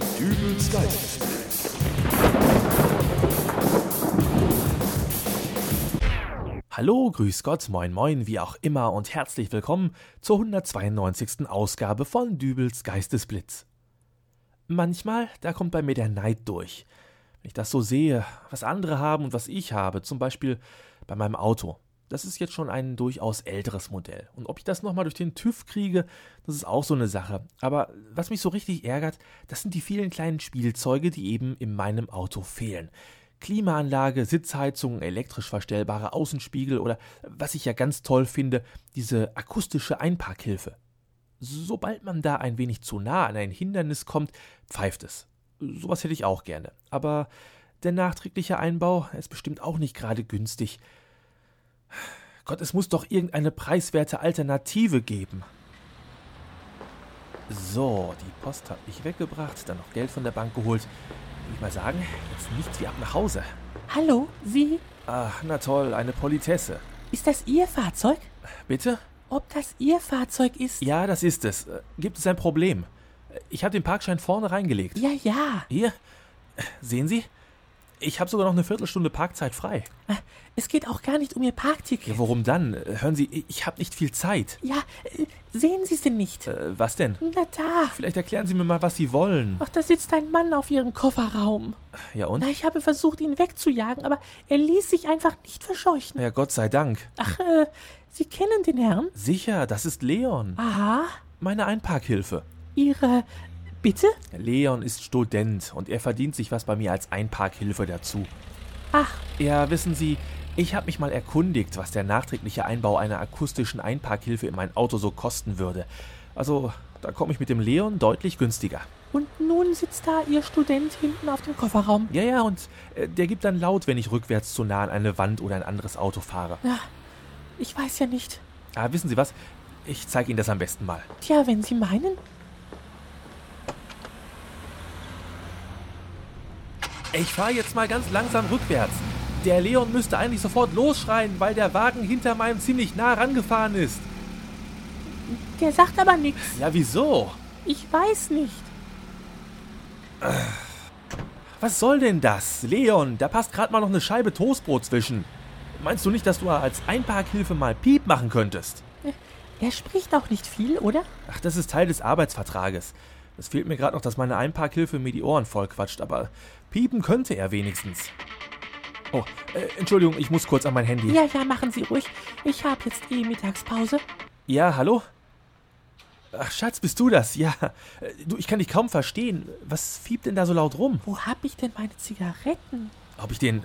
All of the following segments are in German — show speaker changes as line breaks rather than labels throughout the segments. Gefühlsgeist.
Hallo, grüß Gott, moin moin, wie auch immer und herzlich willkommen zur 192. Ausgabe von Dübels Geistesblitz. Manchmal, da kommt bei mir der Neid durch. Wenn ich das so sehe, was andere haben und was ich habe, zum Beispiel bei meinem Auto. Das ist jetzt schon ein durchaus älteres Modell. Und ob ich das nochmal durch den TÜV kriege, das ist auch so eine Sache. Aber was mich so richtig ärgert, das sind die vielen kleinen Spielzeuge, die eben in meinem Auto fehlen. Klimaanlage, Sitzheizung, elektrisch verstellbare Außenspiegel oder, was ich ja ganz toll finde, diese akustische Einparkhilfe. Sobald man da ein wenig zu nah an ein Hindernis kommt, pfeift es. Sowas hätte ich auch gerne. Aber der nachträgliche Einbau ist bestimmt auch nicht gerade günstig. Gott, es muss doch irgendeine preiswerte Alternative geben. So, die Post hat mich weggebracht, dann noch Geld von der Bank geholt. Würde ich mal sagen, jetzt nichts wie ab nach Hause.
Hallo, Sie?
Ach, na toll, eine Politesse.
Ist das Ihr Fahrzeug?
Bitte?
Ob das Ihr Fahrzeug ist?
Ja, das ist es. Äh, Gibt es ein Problem? Äh, Ich habe den Parkschein vorne reingelegt.
Ja, ja.
Hier, äh, sehen Sie? Ich habe sogar noch eine Viertelstunde Parkzeit frei.
Äh, Es geht auch gar nicht um Ihr Parkticket.
Ja, worum dann? Äh, Hören Sie, ich- ich habe nicht viel Zeit.
Ja, äh, sehen Sie es denn nicht?
Äh, was denn?
Na da.
Vielleicht erklären Sie mir mal, was Sie wollen.
Ach, da sitzt ein Mann auf Ihrem Kofferraum.
Ja und?
Na, ich habe versucht, ihn wegzujagen, aber er ließ sich einfach nicht verscheuchen.
Ja, Gott sei Dank.
Ach, äh, Sie kennen den Herrn?
Sicher, das ist Leon.
Aha.
Meine Einparkhilfe.
Ihre. Bitte?
Leon ist Student und er verdient sich was bei mir als Einparkhilfe dazu.
Ach,
Ja, wissen Sie, ich habe mich mal erkundigt, was der nachträgliche Einbau einer akustischen Einparkhilfe in mein Auto so kosten würde. Also, da komme ich mit dem Leon deutlich günstiger.
und nun sitzt da Ihr Student hinten auf dem Kofferraum.
Ja, ja, und äh, der gibt dann laut, wenn ich rückwärts zu nah an eine Wand oder ein anderes Auto fahre.
Ja, ich weiß ja nicht.
Ah, wissen Sie was? Ich zeige Ihnen das am besten mal.
Tja, wenn Sie meinen.
Ich fahre jetzt mal ganz langsam rückwärts. Der Leon müsste eigentlich sofort losschreien, weil der Wagen hinter meinem ziemlich nah rangefahren ist.
Der sagt aber nichts.
Ja, wieso?
Ich weiß nicht.
Was soll denn das? Leon, da passt gerade mal noch eine Scheibe Toastbrot zwischen. Meinst du nicht, dass du als Einparkhilfe mal Piep machen könntest?
Er spricht auch nicht viel, oder?
Ach, das ist Teil des Arbeitsvertrages. Es fehlt mir gerade noch, dass meine Einparkhilfe mir die Ohren vollquatscht, aber piepen könnte er wenigstens. Oh, äh, Entschuldigung, ich muss kurz an mein Handy.
Ja, ja, machen Sie ruhig. Ich habe jetzt eh Mittagspause.
Ja, hallo? Ach, Schatz, bist du das? Ja. Äh, Du, ich kann dich kaum verstehen. Was fiebt denn da so laut rum?
Wo hab ich denn meine Zigaretten?
Ob ich den. äh,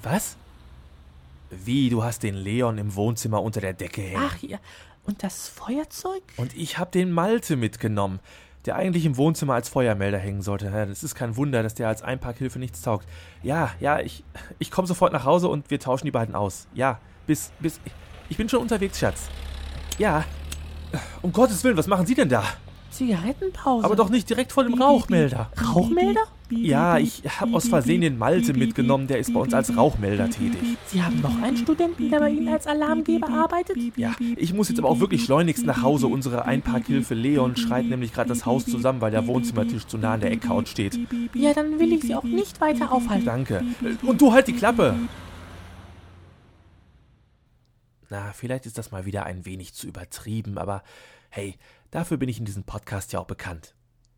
Was? Wie, du hast den Leon im Wohnzimmer unter der Decke hängen.
Ach ja. Und das Feuerzeug?
Und ich hab den Malte mitgenommen, der eigentlich im Wohnzimmer als Feuermelder hängen sollte. Ja, das ist kein Wunder, dass der als Einparkhilfe nichts taugt. Ja, ja, ich, ich komme sofort nach Hause und wir tauschen die beiden aus. Ja, bis, bis. Ich bin schon unterwegs, Schatz. Ja. Um Gottes Willen, was machen Sie denn da?
Zigarettenpause.
Aber doch nicht direkt vor dem Rauchmelder.
Rauchmelder?
Ja, ich habe aus Versehen den Malte mitgenommen, der ist bei uns als Rauchmelder tätig.
Sie haben noch einen Studenten, der bei Ihnen als Alarmgeber arbeitet?
Ja, ich muss jetzt aber auch wirklich schleunigst nach Hause. Unsere Einparkhilfe Leon schreit nämlich gerade das Haus zusammen, weil der Wohnzimmertisch zu nah an der Eckhaut steht.
Ja, dann will ich Sie auch nicht weiter aufhalten.
Danke. Äh, Und du halt die Klappe! Na, vielleicht ist das mal wieder ein wenig zu übertrieben, aber hey, dafür bin ich in diesem Podcast ja auch bekannt.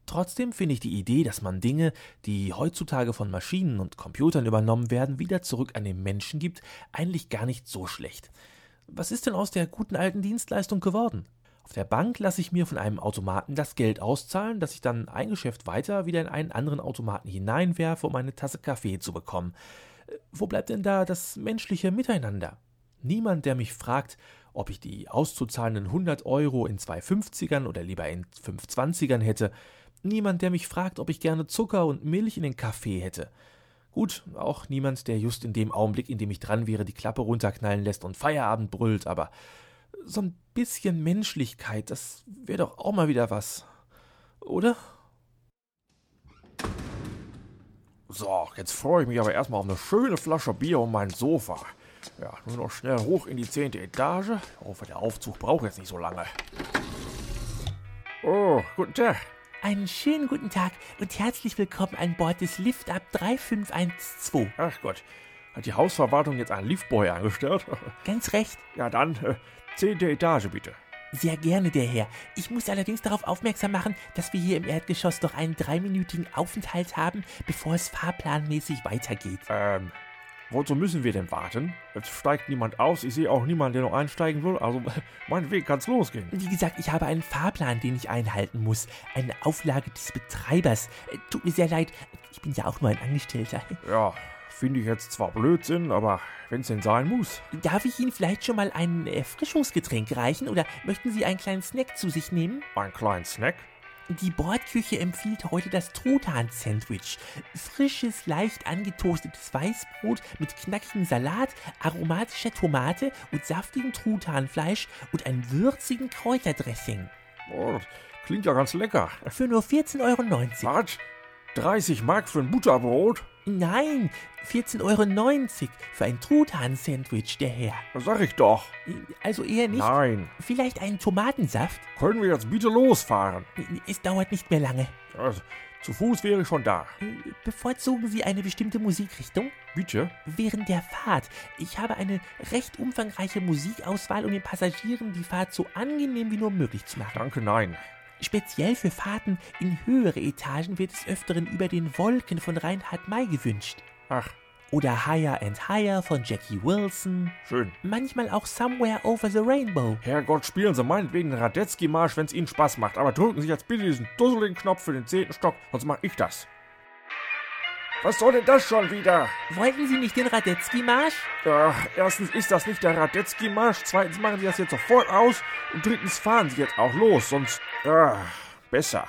Trotzdem finde ich die Idee, dass man Dinge, die heutzutage von Maschinen und Computern übernommen werden, wieder zurück an den Menschen gibt, eigentlich gar nicht so schlecht. Was ist denn aus der guten alten Dienstleistung geworden? Auf der Bank lasse ich mir von einem Automaten das Geld auszahlen, das ich dann ein Geschäft weiter wieder in einen anderen Automaten hineinwerfe, um eine Tasse Kaffee zu bekommen. Äh, Wo bleibt denn da das menschliche Miteinander? Niemand, der mich fragt, ob ich die auszuzahlenden 100 Euro in zwei 50ern oder lieber in 520ern hätte. Niemand, der mich fragt, ob ich gerne Zucker und Milch in den Kaffee hätte. Gut, auch niemand, der just in dem Augenblick, in dem ich dran wäre, die Klappe runterknallen lässt und Feierabend brüllt, aber so ein bisschen Menschlichkeit, das wäre doch auch mal wieder was. Oder? So, jetzt freue ich mich aber erstmal auf eine schöne Flasche Bier und mein Sofa. Ja, nur noch schnell hoch in die zehnte Etage. Ich hoffe, der Aufzug braucht jetzt nicht so lange. Oh, guten Tag.
Einen schönen guten Tag und herzlich willkommen an Bord des Lift Up 3512.
Ach Gott, hat die Hausverwaltung jetzt einen Liftboy angestellt?
Ganz recht.
ja, dann äh, zehnte Etage bitte.
Sehr gerne, der Herr. Ich muss allerdings darauf aufmerksam machen, dass wir hier im Erdgeschoss noch einen dreiminütigen Aufenthalt haben, bevor es fahrplanmäßig weitergeht.
Ähm, wozu müssen wir denn warten? Jetzt steigt niemand aus, ich sehe auch niemanden, der noch einsteigen will, also mein Weg kann's losgehen.
Wie gesagt, ich habe einen Fahrplan, den ich einhalten muss. Eine Auflage des Betreibers. Äh, Tut mir sehr leid. Ich bin ja auch nur ein Angestellter.
Ja, finde ich jetzt zwar Blödsinn, aber wenn's denn sein muss.
Darf ich Ihnen vielleicht schon mal ein Erfrischungsgetränk reichen oder möchten Sie einen kleinen Snack zu sich nehmen?
Ein kleinen Snack?
Die Bordküche empfiehlt heute das Truthahn-Sandwich. Frisches, leicht angetoastetes Weißbrot mit knackigem Salat, aromatischer Tomate und saftigem Truthahnfleisch und einem würzigen Kräuterdressing.
Oh, das klingt ja ganz lecker.
Für nur 14,90 Euro.
Was? 30 Mark für ein Butterbrot?
Nein, 14,90 Euro für ein Truthahn-Sandwich, der Herr.
Das sag ich doch.
Also eher nicht.
Nein.
Vielleicht einen Tomatensaft?
Können wir jetzt bitte losfahren?
Es dauert nicht mehr lange.
Also, zu Fuß wäre ich schon da.
Äh, Bevorzugen Sie eine bestimmte Musikrichtung?
Bitte?
Während der Fahrt. Ich habe eine recht umfangreiche Musikauswahl, um den Passagieren die Fahrt so angenehm wie nur möglich zu machen.
Danke, nein.
Speziell für Fahrten in höhere Etagen wird es öfteren über den Wolken von Reinhard May gewünscht.
Ach,
Oder Higher and Higher von Jackie Wilson.
schön.
Manchmal auch Somewhere Over the Rainbow.
Herrgott, spielen Sie meinetwegen den Radetzky-Marsch, wenn's Ihnen Spaß macht. Aber drücken Sie jetzt bitte diesen dusseligen Knopf für den zehnten Stock, sonst mach ich das. Was soll denn das schon wieder?
Wollten Sie nicht den Radetzky-Marsch?
Ach, erstens ist das nicht der Radetzky-Marsch, zweitens machen Sie das jetzt sofort aus und drittens fahren Sie jetzt auch los, sonst... Ach, besser.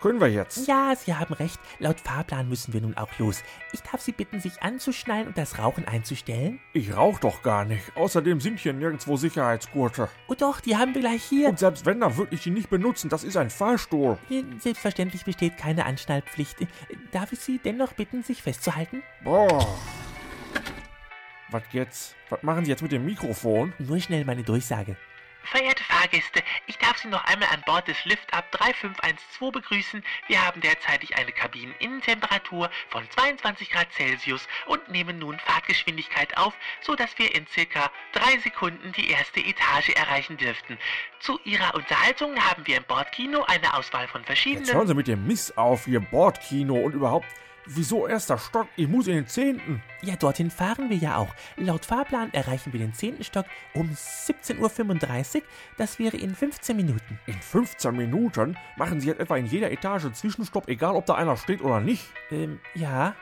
Können wir jetzt?
Ja, Sie haben recht. Laut Fahrplan müssen wir nun auch los. Ich darf Sie bitten, sich anzuschnallen und das Rauchen einzustellen?
Ich rauch doch gar nicht. Außerdem sind hier nirgendwo Sicherheitsgurte.
Oh doch, die haben wir gleich hier.
Und selbst wenn, dann würde ich die nicht benutzen. Das ist ein Fahrstuhl.
Selbstverständlich besteht keine Anschnallpflicht. Darf ich Sie dennoch bitten, sich festzuhalten?
Boah. Was jetzt? Was machen Sie jetzt mit dem Mikrofon?
Nur schnell meine Durchsage. Verehrte Fahrgäste, ich darf Sie noch einmal an Bord des Lift Up 3512 begrüßen. Wir haben derzeitig eine Kabineninnentemperatur von 22 Grad Celsius und nehmen nun Fahrtgeschwindigkeit auf, sodass wir in circa drei Sekunden die erste Etage erreichen dürften. Zu Ihrer Unterhaltung haben wir im Bordkino eine Auswahl von verschiedenen...
Jetzt hören Sie mit dem Mist auf, Ihr Bordkino und überhaupt. Wieso erster Stock? Ich muss in den zehnten.
Ja, dorthin fahren wir ja auch. Laut Fahrplan erreichen wir den 10. Stock um 17.35 Uhr. Das wäre in 15 Minuten.
In 15 Minuten machen Sie jetzt etwa in jeder Etage einen Zwischenstopp, egal ob da einer steht oder nicht.
Ähm, ja.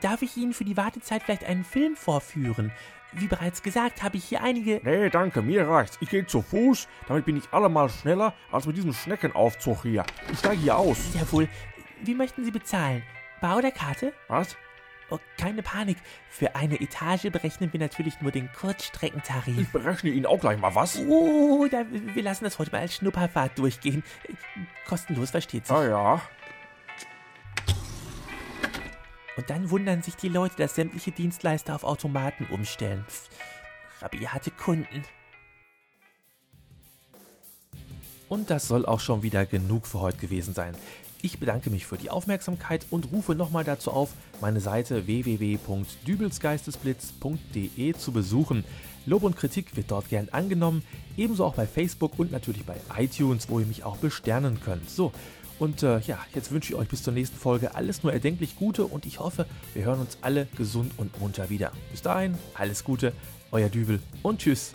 Darf ich Ihnen für die Wartezeit vielleicht einen Film vorführen? Wie bereits gesagt, habe ich hier einige.
Nee, danke, mir reicht's. Ich gehe zu Fuß, damit bin ich allemal schneller als mit diesem Schneckenaufzug hier. Ich steige hier aus.
Jawohl. Wie möchten Sie bezahlen? Bar oder Karte?
Was?
Oh, keine Panik. Für eine Etage berechnen wir natürlich nur den Kurzstreckentarif.
Ich berechne Ihnen auch gleich mal was.
Oh, da, wir lassen das heute mal als Schnupperfahrt durchgehen. Kostenlos, versteht sich.
Ah ja.
Und dann wundern sich die Leute, dass sämtliche Dienstleister auf Automaten umstellen. Pff, rabiate Kunden.
Und das soll auch schon wieder genug für heute gewesen sein. Ich bedanke mich für die Aufmerksamkeit und rufe nochmal dazu auf, meine Seite www.dübelsgeistesblitz.de zu besuchen. Lob und Kritik wird dort gern angenommen, ebenso auch bei Facebook und natürlich bei iTunes, wo ihr mich auch besternen könnt. So, und äh, ja, jetzt wünsche ich euch bis zur nächsten Folge alles nur erdenklich Gute und ich hoffe, wir hören uns alle gesund und munter wieder. Bis dahin, alles Gute, euer Dübel und tschüss.